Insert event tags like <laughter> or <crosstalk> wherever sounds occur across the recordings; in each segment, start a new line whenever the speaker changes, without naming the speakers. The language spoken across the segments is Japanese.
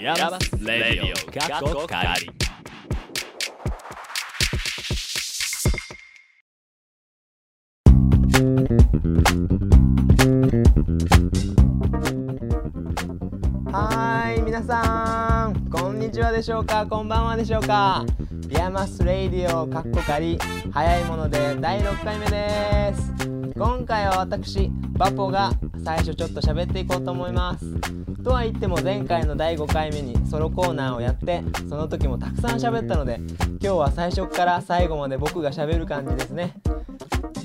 ヤバスレディオ過去仮
はーい皆さんこんにちはでしょうかこんばんはでしょうかビアマスレイディオかっこかり早いもので第6回目です今回は私バポが最初ちょっと喋っていこうと思いますとは言っても前回の第5回目にソロコーナーをやってその時もたくさん喋ったので今日は最初から最後まで僕が喋る感じですね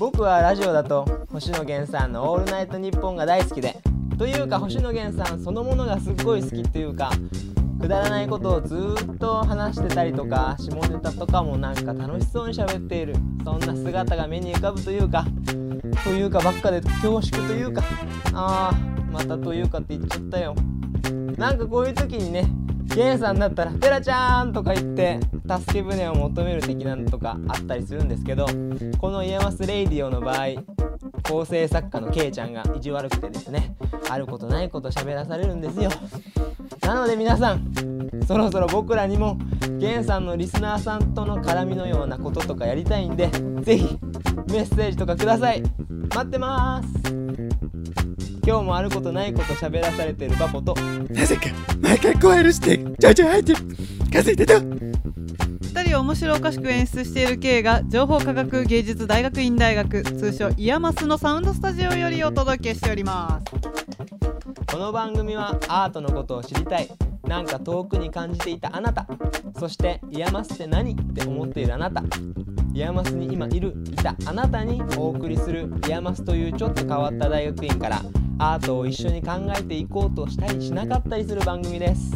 僕はラジオだと星野源さんの「オールナイトニッポン」が大好きでというか星野源さんそのものがすっごい好きっていうかくだらないことをずーっと話してたりとか下ネタとかもなんか楽しそうに喋っているそんな姿が目に浮かぶというかというかばっかで恐縮というかあーまたというかって言っちゃったよなんかこういう時にね源さんだったら「ペラちゃん!」とか言って助け舟を求める的なのとかあったりするんですけどこの「イエマスレイディオ」の場合構成作家のけいちゃんが意地悪くてですねあることないこと喋らされるんですよなので皆さんそろそろ僕らにも源さんのリスナーさんとの絡みのようなこととかやりたいんで是非メッセージとかください待ってます今日もあることないこと喋らされてるパポと
なぜか毎回声るしてちょいちょい入って稼いでた
二人を面白おかしく演出している K が情報科学芸術大学院大学通称イヤマスのサウンドスタジオよりお届けしております
この番組はアートのことを知りたいなんか遠くに感じていたあなたそしてイヤマスって何って思っているあなたイヤマスに今いるいたあなたにお送りするイヤマスというちょっと変わった大学院からアートを一緒に考えていこうとしたりしなかったりする番組です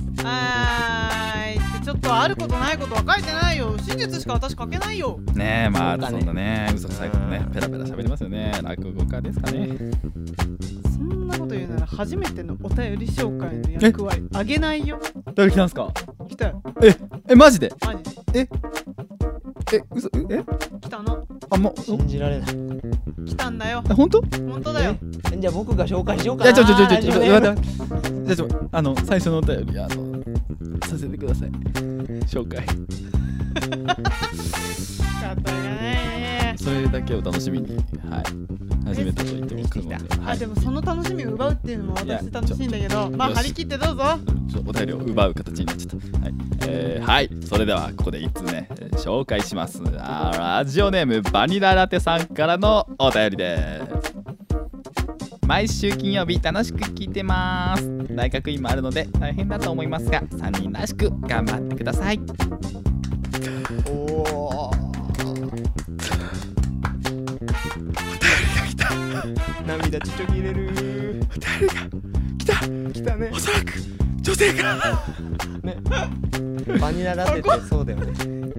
はーいってちょっとあることないことは書いてないよ真実しか私書けないよ
ねえまあ
そうだ
そ
ね
んなね嘘くさいことね
うん
ペラペラ喋りますよね落語家ですかね
そんなこと言うなら初めてのお便り紹介の役割あげないよ
誰来たんすか
来たよ
ええマジで
マジで
え嘘え
来たの
あも
信じられない
来たんだよ
う本当
本当だよ
えじゃあ僕が紹介しよう
い
か
や
な
ちょちょちょちょ
ラ
ち
ジ
ょ
オ
ちょ
ネ
待っ
ー
て
ム
待ってじゃあちょあの最初のお便りあのさせてください紹介
仕方がないね
それだけを楽しみにはい始めたと言っても過言ではは
あ
い
でもその楽しみを奪うっていうのも
いや
私楽しいんだけどまあ
よし
張り切ってどうぞ
ちょっとお便りを奪う形になっちゃった。はい、えーはいそれではここで1つ目、えー紹介します。あーラジオネームバニララテさんからのお便りです。毎週金曜日楽しく聞いてます。大学院もあるので大変だと思いますが、3人らしく頑張ってください。
おー涙ちょちょぎれる
来た
来たね
そらく女性から
<laughs> ねバニララテってそうだよね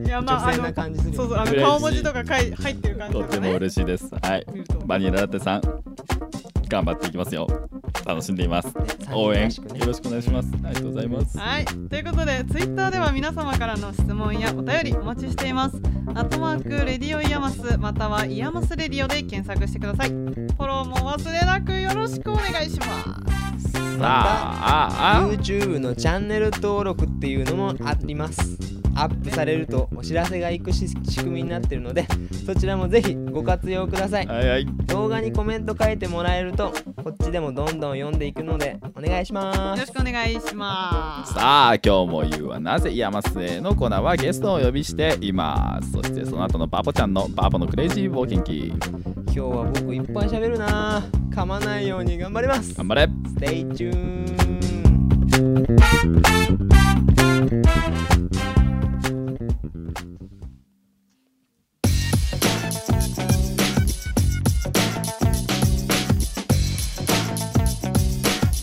いやまあ
女
あ
性
の
な感じする
そうそう
よ
あ
嬉し
の
い
顔文字とかかい入ってる感じ
と
だ
て
か
も
ね
嬉しいです。はい、
見ると
バニララテさん、頑張っていきますよ。楽しんでいます。
ね
応援
ら
よ
しくね
ろしくお願いします。ありがとうございます。
はい、ということで、ツイッターでは皆様からの質問やお便りお待ちしています。アットマークレディオイヤマスまたはイヤマスレディオで検索してください。フォローも忘れなくよろしくお願いします。
さあ、あ
YouTube のチャンネル登録っていうのもありますアップされるとお知らせがいくし仕組みになってるのでそちらもぜひご活用ください
はいはい。
動画にコメント書いてもらえるとこっちでもどんどん読んでいくのでお願いしま
よろ
す
しくお願いします。
さあ、今日も言うはなぜイヤマスへのコーナーはゲストをお呼びしています。そしてその後のバポちゃんのバポのクレイジー冒険記。
今日は僕いっぱい喋るな噛まないように頑張ります
頑張れ
Stay tuned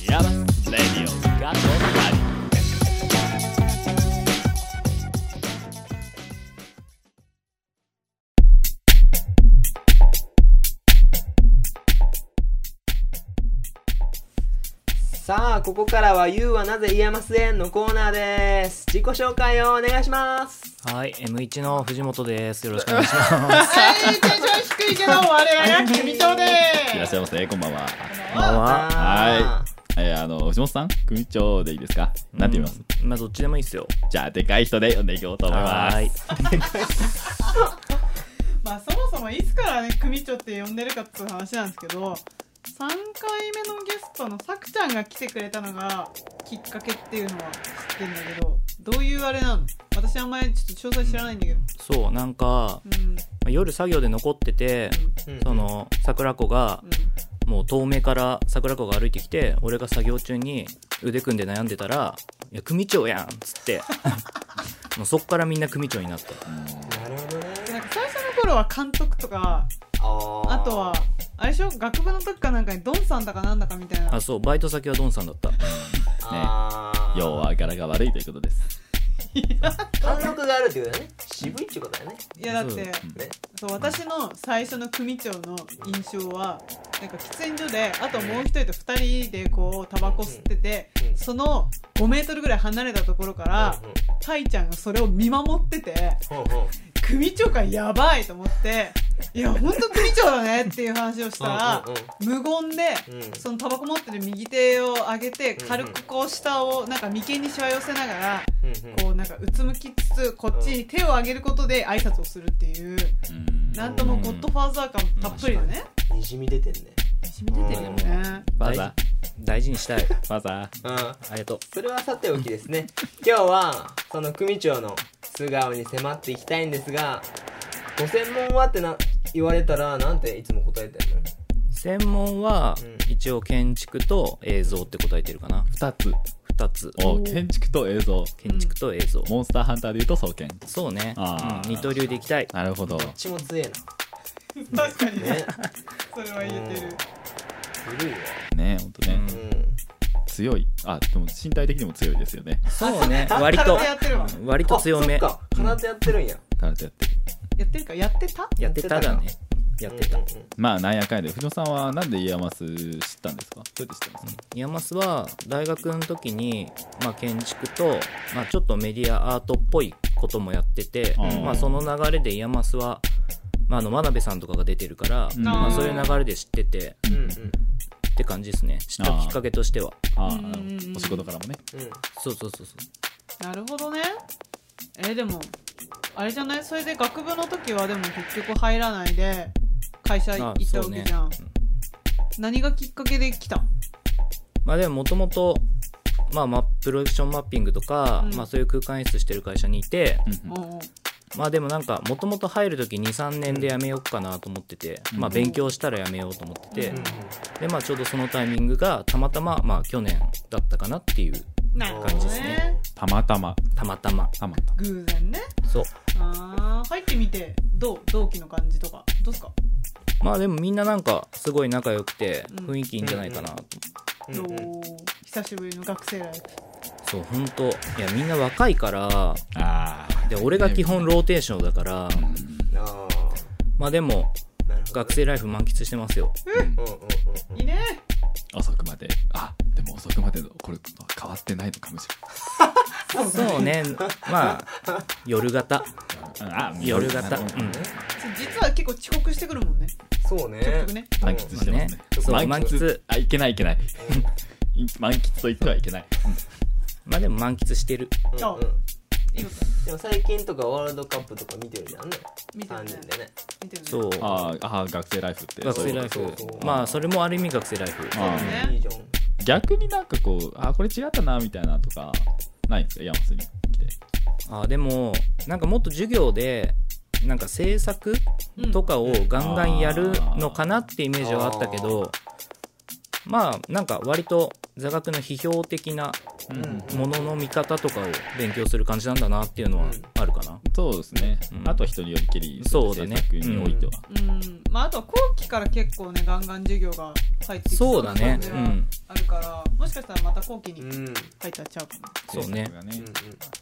ヤバスレディオ過去
さあここからは「YOU はなぜ言えません」のコーナーです自己紹介をお願いします
はい、M1 の藤本です。よろしくお願いします。
はい、テンショ
<laughs>
ン低いけど、我らが君とで
いらっしゃいませ、こんばんは。
こんばんは
あー
えーあの藤本さん組長でいいですか、なんて言います
うんまあどっちでもいいっすよ。
じゃあでかい人で呼んでいこうと思いま
は
す
ーい。
まあそもそもいつからね組長って呼んでるかっていう話なんですけど3回目のゲストのさくちゃんが来てくれたのがきっかけっていうのは知ってるんだけどどういうあれなの私あんまりちょっと詳細知らないんだけど
そうなんか、
うん
まあ夜作業で残ってて、
うん
その桜子がもう遠目から桜子が歩いてきて俺が作業中に腕組んで悩んでたら「いや組長やん」っつって <laughs> もうそっからみんな組長になった
なるほどね
うん、なんか最初の頃は監督とか
あー
あとはあれでしょ学部の時かなんかにドンさんだかなんだかみたいな
あそうバイト先はドンさんだった
あー
要は柄が悪いということです
貫禄があるってことだよね渋いってことだよね
いやだって
ね
そう私の最初の組長の印象はなんか喫煙所であともう一人と二人でこうタバコ吸ってて
うん
その5メートルぐらい離れたところから
うんうん
タイちゃんがそれを見守ってて
ほうほう
組長がやばいと思っていやほんと組長だねっていう話をしたら
うんうん
無言で
うん
そのタバコ持ってる右手を上げて
うん
軽くこう下をなんか眉間にしわ寄せながら
うんうん
こうなんかうつむきつつこっちに手を上げることで挨拶をするっていう。
うん
なんともゴッドファーザー感たっぷりだね。
にじみ出てんね
染み出てるよね。
マザ
大事にしたい
ーマザ
うん
ありがとう
それはさておきですね今日はその組長の素顔に迫っていきたいんですがご専門はってな言われたらなんていつも答えてんの
専門は
うん
一応建築と映像って答えてるかな
ー2つ
2つ
お建築と映像
建築と映像
モンスターハンターでいうと双剣
そうね、
あー
うん二刀流でいきたい
なるほど
どっちも強えな
確かにね
ね。
それは言えてる。
ずるいわ
ねほんとね、
うん
うん
強いあでも身体的にも強いですよね
そうね割と
空手やってるわ。
割と強め
あそっか空手やってるんや
空手やってる
やってるかやってた？
やってただねやってた
うんうんうん
まあなんやかんやで藤野さんはなんでイヤマス知ったんですかどうやって知ってます
イヤマスは大学の時に、まあ、建築と、まあ、ちょっとメディアアートっぽいこともやってて
あー
まあ、その流れでイヤマスは、まあ、あの真鍋さんとかが出てるから、
うん
まあ、そういう流れで知ってて
うんうん
って感じですね知ったきっかけとしては
あ
うんうんうん
あお仕事からもね
うん
そうそうそうそう
なるほどね。えでもあれじゃない？それで学部の時はでも結局入らないで会社行
あ
ったわ
そう
け
ね
じゃん
う。ん
何がきっかけで来た？
まあでももともとまあマッププロジェクションマッピングとか、
うん
まあ、そういう空間演出してる会社にいて、
うんうん
おうおう
まあでもなんかもともと入る時23年で辞めようかなと思ってて、
うん
まあ勉強したら辞めようと思ってて、
う
う
ん
でまあちょうどそのタイミングがたまたままあ去年だったかなっていう
なるほど
感じです
ね
ね。
たまたま
たまたま
たまたま
偶然ね。
そう
ああ入ってみてどう同期の感じとかどうっすか？
まあでもみんななんかすごい仲良くて
うん
雰囲気いいんじゃないかなと、
うんうんうん
おー久しぶりの学生ライフ。
そう本当いやみんな若いから
あ
で俺が基本ローテーションだから、
あ
まあでも
ーなるほど
学生ライフ満喫してますよ
うんうんうんうん
いいね。
あ遅くまであでも遅くまでのこれ変わってないのかもし
そうね、まあ、夜型。
れないあ
夜型。うん。
実は結構遅刻してくるもんね。
そうね
ちょっとね
うん
満喫してますね
そう
満喫
満喫
あいけないいけない <laughs> 満喫と言ってはいけない
まあでも満喫してる。
うんうん
いいことだ
でも最近とかワールドカップとか見てるじゃんね
見てる
3
ね
人。でね
見てるね。
そう。
あーあー学生ライフって
学生ライ
そう
フ
そうそう。
まあ、それもある意味学生ライフ。
あー
ね
いいじゃん
逆になんかこうあーこれ違ったなみたいなとかないんですか山本に来て
あでも、なんかもっと授業で、なんか制作
うん
とかをガンガンやるのかなってイメージはあったけど、まあ、なんか割と座学の批評的な
うんうん
ものの見方とかを勉強する感じなんだなっていうのはあるかな。
そうですね、
うん
あとは人によりけり
そうだね
制作においては、
うん。まああとは後期から結構ねガンガン授業が入ってき
そうだね
な感。じ
う
は
ん。
あるから、もしかしたらまた後期に
うんうんうん
入ったらちゃうかも。
そうね
制作がね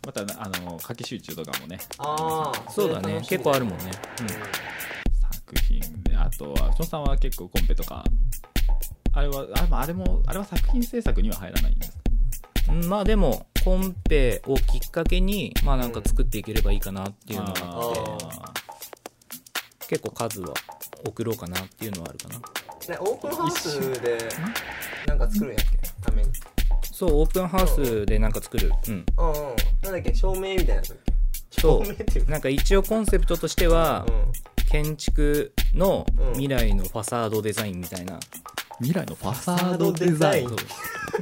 またあの書き集中とかもね
ああ
そうだね。結構あるもんね。うん。
作品であとは翔さんは結構コンペとかあれはあれもあれもあれは作品制作には入らないんですか
うんまあでもコンペをきっかけにまあなんか作っていければいいかなっていうのがあって、
あ
結構数は送ろうかなっていうのはあるかな
ねオープンハウスでなんか作るんやっけために
そうオープンハウスでなんか作るうん
うんうんなんだっけ照明みたいなやつ
そ
照明っていう
うなんか一応コンセプトとしては建築の未来のファサードデザインみたいな
未来のファサ
うん、サ
ー
ー
ド
ド
デ
デ
ザ
ザ
イ
イ
ン
ン
フ
と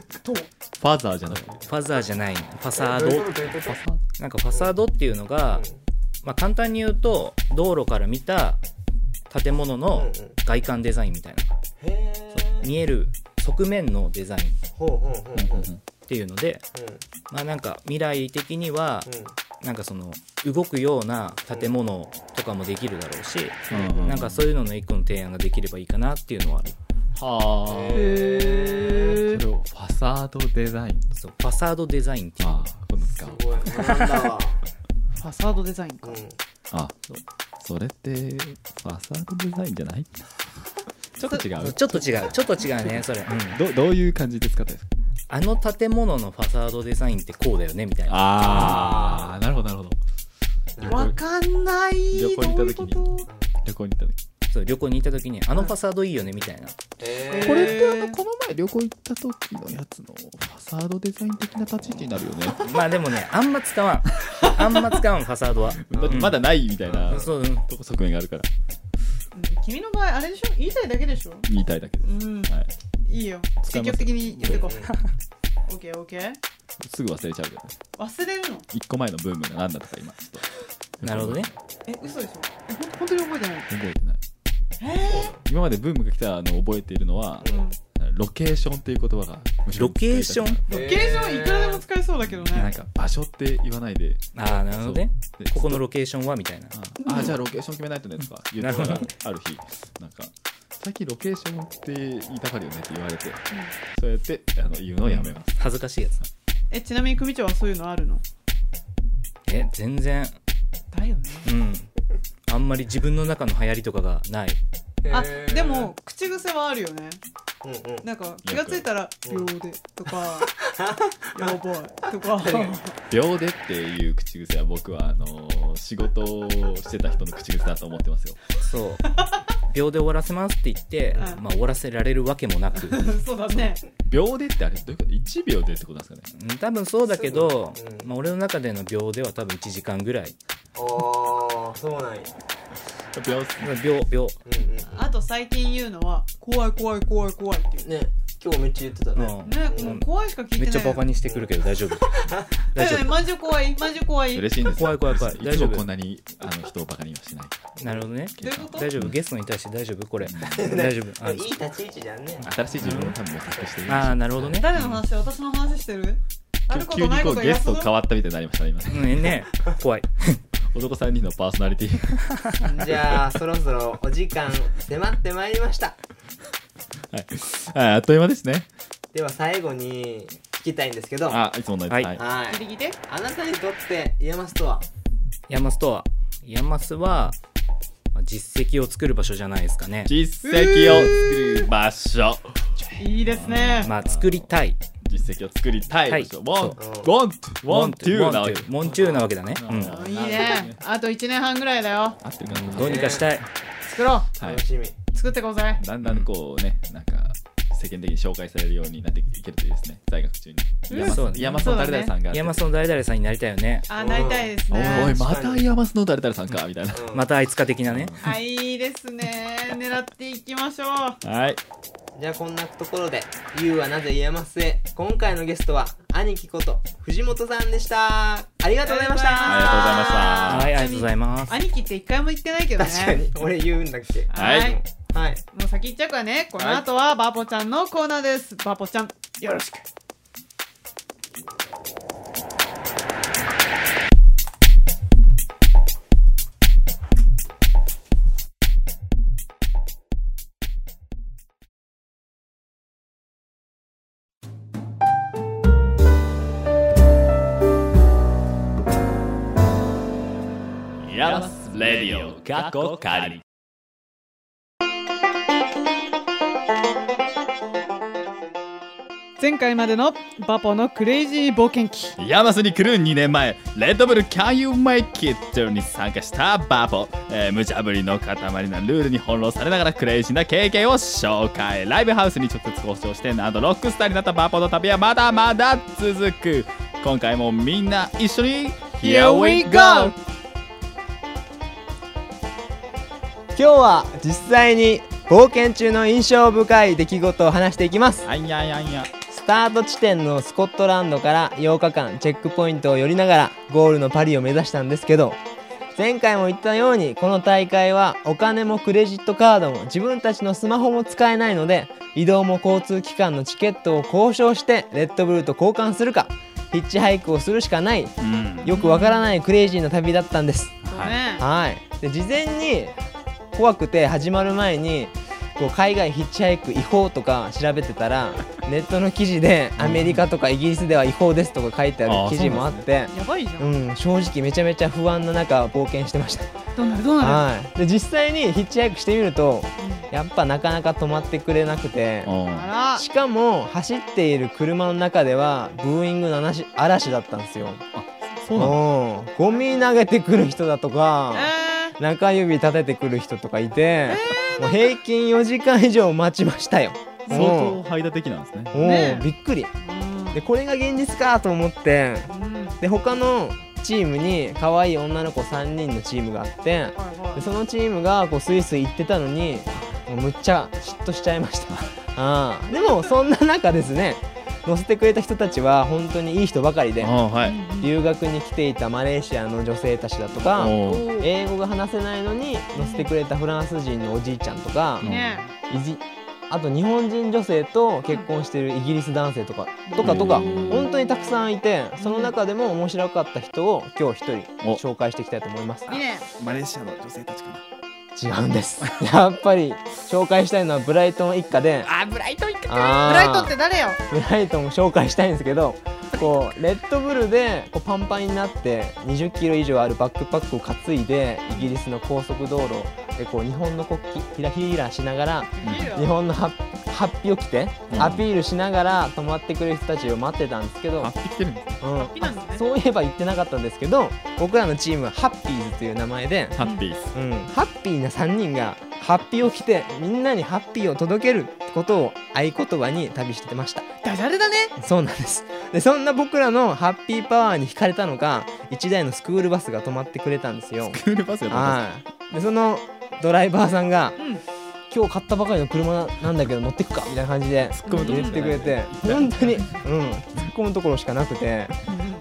ァザーじゃなくてフ
ファザーじゃないファサー
どうい
ド
うことどういうこと
ァサー
なんかファサードっていうのが、まあ、簡単に言うと道路から見た建物の
うんうん
外観デザインみたいな
へえ
見える側面のデザインっ
ほうほうほうほううんうん
ていうので、まあ、なんか未来的にはなんかその動くような建物とかもできるだろうし
ド
なんかそういうのの一個の提案ができればいいかなっていうのはある
はあ
へ
それをファサードデザイン
そうファサードデザインっていう
ああこの
す
か
ごい学んだわ
ファサードデザインか、
うん
あそれってファサードデザインじゃない <laughs> ちょっと違う
ちょっと違うちょっと違うねそれ、うん
どどういう感じで使ったんですか
あの建物のファサードデザインってこうだよねみたいな
ああなるほどなるほど
わかんない
旅行に行った時に
どういうこ
旅行に行った時
そう旅行に行った時にあのファサードいいよねみたいな
えー
これってあのこの前旅行行った時のやつのファサードデザイン的な立ち位置になるよね
まあでもねあんま使 <laughs> わんあんま使わんファサードは
<laughs> だってまだないみたいな
そううん
とこ側面があるから
とうん君の場合あれでしょ言いたいだけでしょ
みたいだけど
うん
はい
いいよ
使い
積
ます
極的に言ってこうオッケーオッケー
すぐ忘れちゃうけどね
忘れるの
一個前のブームが何だったか今ちょっ
なるほどね
え嘘でしょえほん本当に覚えてない
と覚えてない
え
今までブームが来たのを覚えているのは
ーうん
ロケーションっていう言葉がむしろ
ロケーション
ロケーションいくらでも使えそうだけど
なん
ね
か場所って言わないで
ああなるほどね
そうで
ここのロケーションはみたいな
ああじゃあロケーション決めないとねとか言ったのがある日なんか最近ロケーションって言いたがるよねって言われてそうやってあの言うのをやめます
恥ずかしいやつ
えちなみに組長はそういうのあるの
え全然
だよね
うんあんまり自分の中の流行りとかがない
あ
へー
でも口癖はあるよね
うんうん
なんか気がついたら「秒で」
<laughs>
とか「やばい」とか <laughs>
秒でっていう口癖は僕はあの仕事をしてた人の口癖だと思ってますよ
そう秒で終わらせますって言って、
うん
まあ、終わらせられるわけもなく
そうだね
秒でってあれどういうこと1秒でってことなんですかね
うん多分そうだけど、
そううん
まあ、俺の中での秒では多分1時間ぐらい
あーそうなんや
秒
まあ秒秒
うんうん
あと最近言うのは「怖い怖い怖い怖い」っていうね
ね今日めっちゃ言ってたね
ねもう怖いしか聞いて
め
ない
っちゃバカ
に
にしてくるけど大丈夫大丈夫
まんじゅう怖いまんじゅう怖いどう
嬉しいんですよ
怖い怖い怖い
い
大
つ
丈
も
夫
こんなにあの人をバカにはしない
なるほどね
いうこと
大丈夫ゲストに対して大丈夫これ大丈夫あ
いい立ち位置じゃんね
新しい自分を多分模索している
あーなるほどね
誰の話私の話してるあるこ
急
と
に
ない
こ
こ
う
と
ゲスト変
わ
わったみたいになりましたね今
うんね怖い
男3人のパーソナリティ
じゃあそろそろお時間迫ってまいりました
はい、あっという間ですね。
では最後に聞きたいんですけどは
あ、いつものやつ。
は
はいい。
ギ
い
リギリ
あなたにとってイヤマスとは
ヤマスとはヤマスはまあ実績を作る場所じゃないですかね
実績を作る場所。
いいですね
まあ作りたい
実績を作りたい場所。
はい
ワン、ワン、ワン、ツーなわけ。
モンチューなわけだねうん
あ
いいねあと1年半ぐらいだよ
合ってるかな。
どうにかしたい
作ろ
はい
楽。しみ
う作ってこうぜ
だんだんこうね、なんか、世間的に紹介されるようになっていけるといいですね。在学中に。
うん
山
そう
本
ね
山本誰々さんが。
ヤマスの誰々さんになりたいよね
あなりたいです
おいおい、
ね
また山本の誰々さんか、みたいな。
またあいつか的なね
あいいですね狙っていきましょう
はい。
じゃあこんなところで「YOU はなぜイヤマスへ」今回のゲストは兄貴こと藤本さんでしたありがとうございました
はい
りがとうございました
あ
ありがとうございます
兄貴って一回も言ってないけどね
確かに俺言うんだっけ
はい
はい
はい
もう先行っちゃうからねこの後はバポちゃんのコーナーですバポちゃんよろしく
ヤマスレディオ過去仮
前回までのバポのクレイジー冒険記
ヤマスに来る2年前、レッドブル Can You Make It に参加したバポ、えー無茶ぶりの塊なルールに翻弄されながらクレイジーな経験を紹介。ライブハウスに直接交渉してなどロックスターになったバポの旅はまだまだ続く。今回もみんな一緒に Here we go!
今日は実際に冒険中の印象深い出来事を話していきます
あんやんやんや。
スタート地点のスコットランドから8日間チェックポイントを寄りながらゴールのパリを目指したんですけど前回も言ったようにこの大会はお金もクレジットカードも自分たちのスマホも使えないので移動も交通機関のチケットを交渉してレッドブルと交換するかヒッチハイクをするしかない
うん。
よくわからないクレイジーな旅だったんです
ごめん
はい、で事前に怖くて始まる前にこう海外ヒッチハイク違法とか調べてたら <laughs> ネットの記事でアメリカとかイギリスでは違法ですとか書いてあ
あ
る
ー
記事もあって
やばいじゃん、
うん、正直めちゃめちゃ不安な中冒険してました、
どうなるど
<laughs>
うな
はい、で実際にヒッチハイクしてみると
る、うん
やっぱなかなか止まってくれなくて
おう
あら
しかも走っている車の中ではブーイングの嵐嵐だったんですよ
そうなの
うんゴミ投げてくる人だとか
えー
中指立ててくる人とかいて、もう平均4時間以上待ちましたよ。
相当排他的なんですね。
もう、
ねえ
びっくり
うん
でこれが現実かと思って
うん
で他のチームに可愛い女の子3人のチームがあって
はいは
で
い
そのチームがこうスイスイ行ってたのにもうむっちゃ嫉妬しちゃいましたあーでもそんな中ですね乗せてくれた人たちは本当にいい人ばかりで
あは
う
い。
ん
留学に来ていたマレーシアの女性たちだとか
おう
おー
英語が話せないのに乗せてくれたフランス人のおじいちゃんとか
いいね
いじあと日本人女性と結婚してるイギリス男性とかとかとか
うん
本当にたくさんいてその中でも面白かった人を今日一人
お
紹介していきたいと思います
いいね
マレーシアの女性たちかな。
違うんです <laughs> やっぱり紹介したいのはブライトン一家で
あブライトン行くか
あー
ブライトンって誰よ
ブライトンも紹介したいんですけどこうレッドブルでこうパンパンになって2 0キロ以上あるバックパックを担いでイギリスの高速道路でこう日本の国旗ひらひらしながら日本のハッハッピーを着て
うん
アピールしながら泊まってくれる人たちを待ってたんですけど、
あ、来てるんですね。
うん
ピーなんだね
あそういえば言ってなかったんですけど僕らのチームはハッピーズという名前で、
ハッピーです。
うん、ハッピーな3人がハッピーを着てみんなにハッピーを届けることを合言葉に旅してました
ダジャレだね
そうなんですでそんな僕らのハッピーパワーに惹かれたのか1台のスクールバスが止まってくれたんですよ
クールバスがどうで
はいでそのドライバーさんが
うん
今日買ったばかりの車なんだけど乗ってくかみたいな感じで
突っ込むとこ
言ってくれて
うん
本当に、うん、突っ込むところしかなくて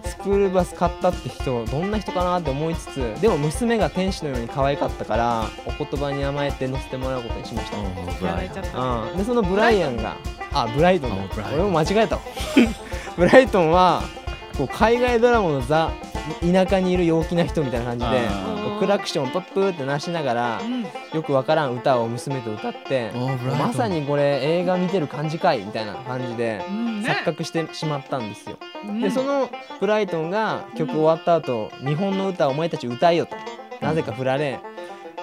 スクールバス買ったって人どんな人かなって思いつつでも娘が天使のように可愛かったからお言葉に甘えて乗せてもらうことにしました、
おうブ
や
ラ
ら
イ
れち
ト
ゃ
ン
っ。た
うん、でそのブライアンがあブライトン
あブ
だ
ライトン
俺も間違えたわ <laughs> ブライトンはこう海外ドラマのザ田舎にいる陽気な人みたいな感じで
あ
ー
こうクラクションパップーって鳴らしながら
うん
よくわからん歌を娘と歌って
おうブライトン
まさにこれ映画見てる感じかいみたいな感じで
うんね
錯覚してしまったんですよ。
うん
でそのブライトンが曲終わった後、日本の歌をお前たち歌えよとなぜか振られ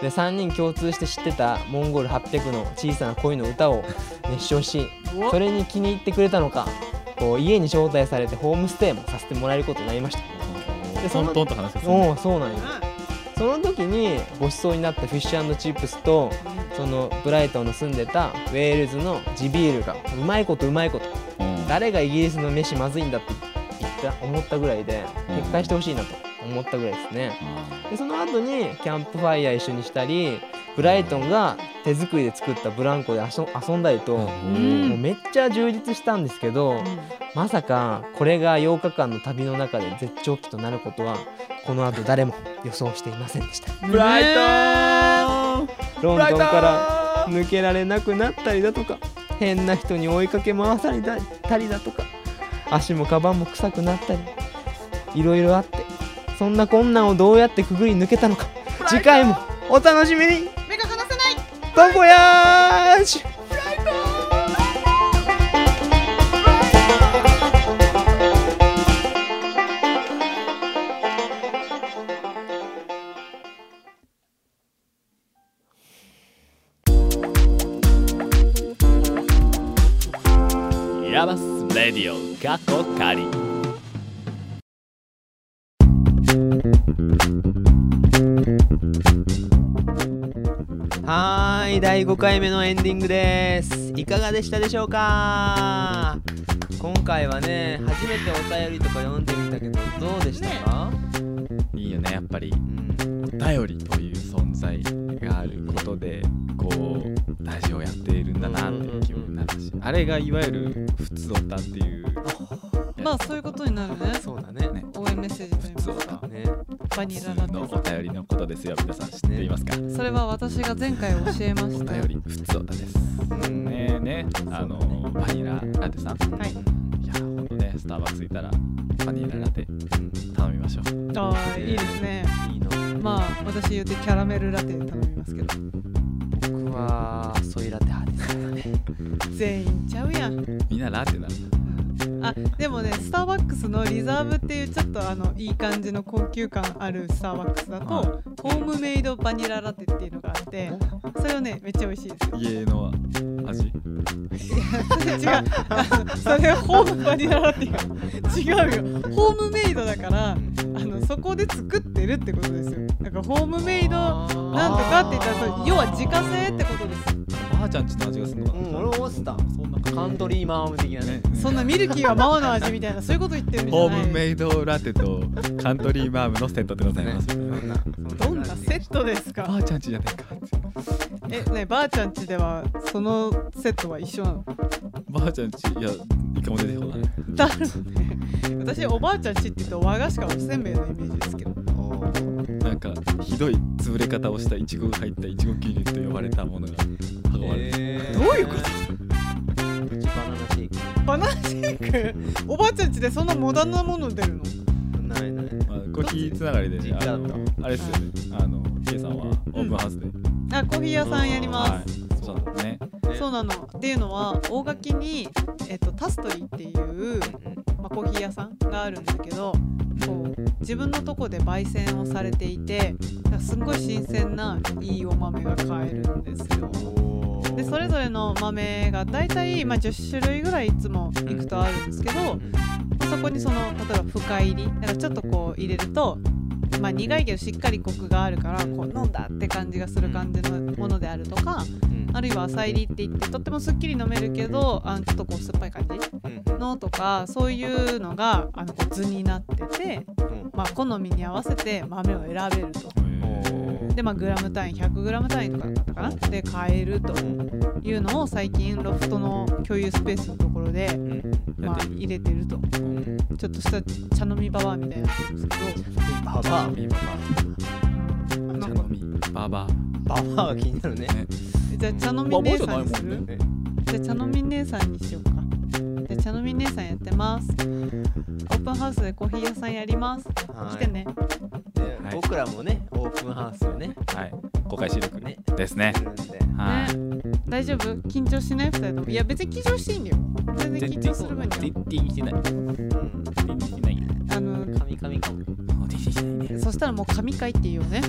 で3人共通して知ってたモンゴル800の小さな恋の歌を熱唱し
お
それに気に入ってくれたのかこう家に招待されてホームステイもさせてもらえることになりました。でそ
ト
の
ントンと話が進んで
おおそうなんよその時にご馳走になったフィッシュチップスとそのブライトンの住んでたウェールズの地ビールがうまいことうまいこと
うん
誰がイギリスの飯まずいんだって言った思ったぐらいで
うん
撤回してほしいなと思ったぐらいですね
あ
でその後にキャンプファイヤー一緒にしたりブライトンが手作りで作ったブランコで遊遊んだりと、
ー
うん
もうめっちゃ充実したんですけど、まさかこれが8日間の旅の中で絶頂期となることはこの後誰も予想していませんでした
ブライトン
ロンドンから抜けられなくなったりだとか変な人に追いかけ回されたりだとか足もカバンも臭くなったりいろいろあってそんな困難をどうやってくぐり抜けたのか次回もお楽しみに
目が離せない
ボンボヤージュ
ヤマスレディオ過去仮
はーい第5回目のエンディングですいかがでしたでしょうか今回はね初めてお便りとか読んでみたけどどうでしたか、
いいよねやっぱり
うん、
お便りという存在があることでこうラジオやっているんだなっていう気分になるしあれがいわゆる「普通オタ」っていう
まあそういうことになるね。
そうだね
ね
応援メッセージとい
普通
う
オ
か
タ
ね
普
バニララ
通のお
テ。
便りのことですよ皆さん知っていますか
それは私が前回教えま
お
した。
便り「普通オタ」です
うん
ねえねあのバニララテさん
はい。
いやほんとねスターバックスいたらバニララテ頼みましょう
ああいいですね。
いいの
まあ私言うてキャラメルラテ頼みますけど。
僕はソイラテ派ですからね
全員ちゃうやん。
みんなラテなんだ
あでもねスターバックスのリザーブっていうちょっとあのいい感じの高級感あるスターバックスだと
は
ホームメイドバニララテっていうのがあってそれをねめっちゃ美味しいですよ
家の味
い <laughs> や違うあのそれはホームバニララテが違うよホームメイドだからあのそこで作ってるってことですよだからホームメイドなんとかって言ったらそう要は自家製ってことです
ばあちゃんちの味がするのか
う
なん
俺も思ってた
そんな
カントリーマーム的なね
ね
そんなミルキーはママの味みたいなそういうこと言ってるんじゃ
ホ
な
ーム
い
メイドラテとカントリーマームのセットでございます。
どんなセットですか
ばあちゃんちじゃねえかって。
えねばあちゃんちではそのセットは一
<laughs>
緒なの
ばあちゃんち、いや、一個も出てこない。
だろうね私おばあちゃんちって言うと和菓子かおせんべいのイメージですけど
なんか、ひどい潰れ方をしたイチゴが入ったイチゴ牛乳と呼ばれたものが運ばれてる。
ど
どういうこと
うちバナナシェイク
バナナシェイクお <laughs> ばあちゃんちでそんなモダンなもの出るの
ないない
まあ、コーヒーつながりでね、
実家
あ
だった
の、あれですよね。あの、ケイさんはオープンハウスで。
あコーヒー屋さんやります、
はい。そうだね。
そうなのっていうのは大垣に、えっとタストリーっていう、まあ、コーヒー屋さんがあるんだけどこう自分のとこで焙煎をされていてだからすんごい新鮮ないいお豆が買えるんですよでそれぞれの豆が大体、まあ、10種類ぐらいいつも行くとあるんですけど、そこにその例えば深入りなんかちょっとこう入れると、まあ、苦いけどしっかりコクがあるからこう飲んだって感じがする感じのものであるとかあるいは浅入りって言ってとってもすっきり飲めるけどあのちょっとこう酸っぱい感じのとかそういうのがあのこう図になってて、まあ、好みに合わせて豆を選べると。でまあ、グラム単位 100g 単位とかだったかなで買えるというのを最近ロフトの共有スペースのところで、まあ、入れてるとちょっとした茶飲みババアみたいなのなんですけ
ババ
ビーババ。
どな
茶
んか
飲み。ババ。
アババアが気になるね
じゃあ茶飲み姉さんにする、
ね
じゃあ茶飲み姉さんにしようかじゃあ茶飲み姉さんやってますオープンハウスでコーヒー屋さんやります
はい
来てね
で
はい
僕らもねオープンハウスをね
はい。公開収録
ね
ですね
す。るんで
はい。
大丈夫緊張しない二人ともいや別に緊張していいんだよ全然緊張する分に
全
は
然してない
うん
全然してない
あの
カミカミかも
全然してないね
そしたらもう神回っていうよね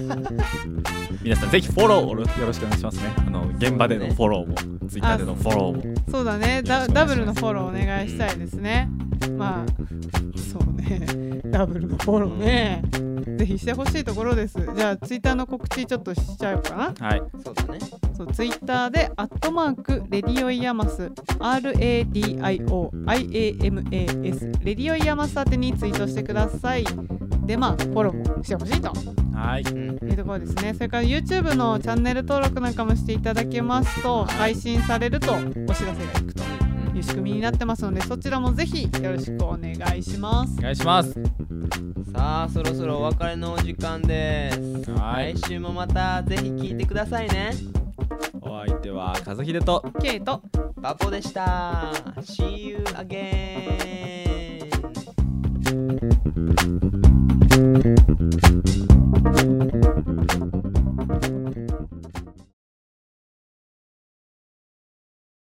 皆さんぜひフォローをよろしくお願いしますね。あの現場でのフォローも、ツイッターでのフォローも。
そうだね
よろ
ダ
しくお願いします
ダブルのフォローお願いしたいですねまあそうね <laughs> ダブルのフォローねぜひしてほしいところですじゃあツイッターの告知ちょっとしちゃおうかな
はい。
そうだね
そうツイッターで「アットマークレディオイヤマス」RADIOIAMAS レディオイヤマス宛てにツイートしてくださいでまあフォローもしてほしいと
はい。
うん
いうところですねそれから YouTube のチャンネル登録なんかもしていただけますと配信されるとお知らせがいくという仕組みになってますのでそちらもぜひよろしくお願いします
お願いします。
さあそろそろお別れのお時間です
はい
来。週もまたぜひ聞いてくださいね
お相手は和秀と。
ケイト
バポでした See you again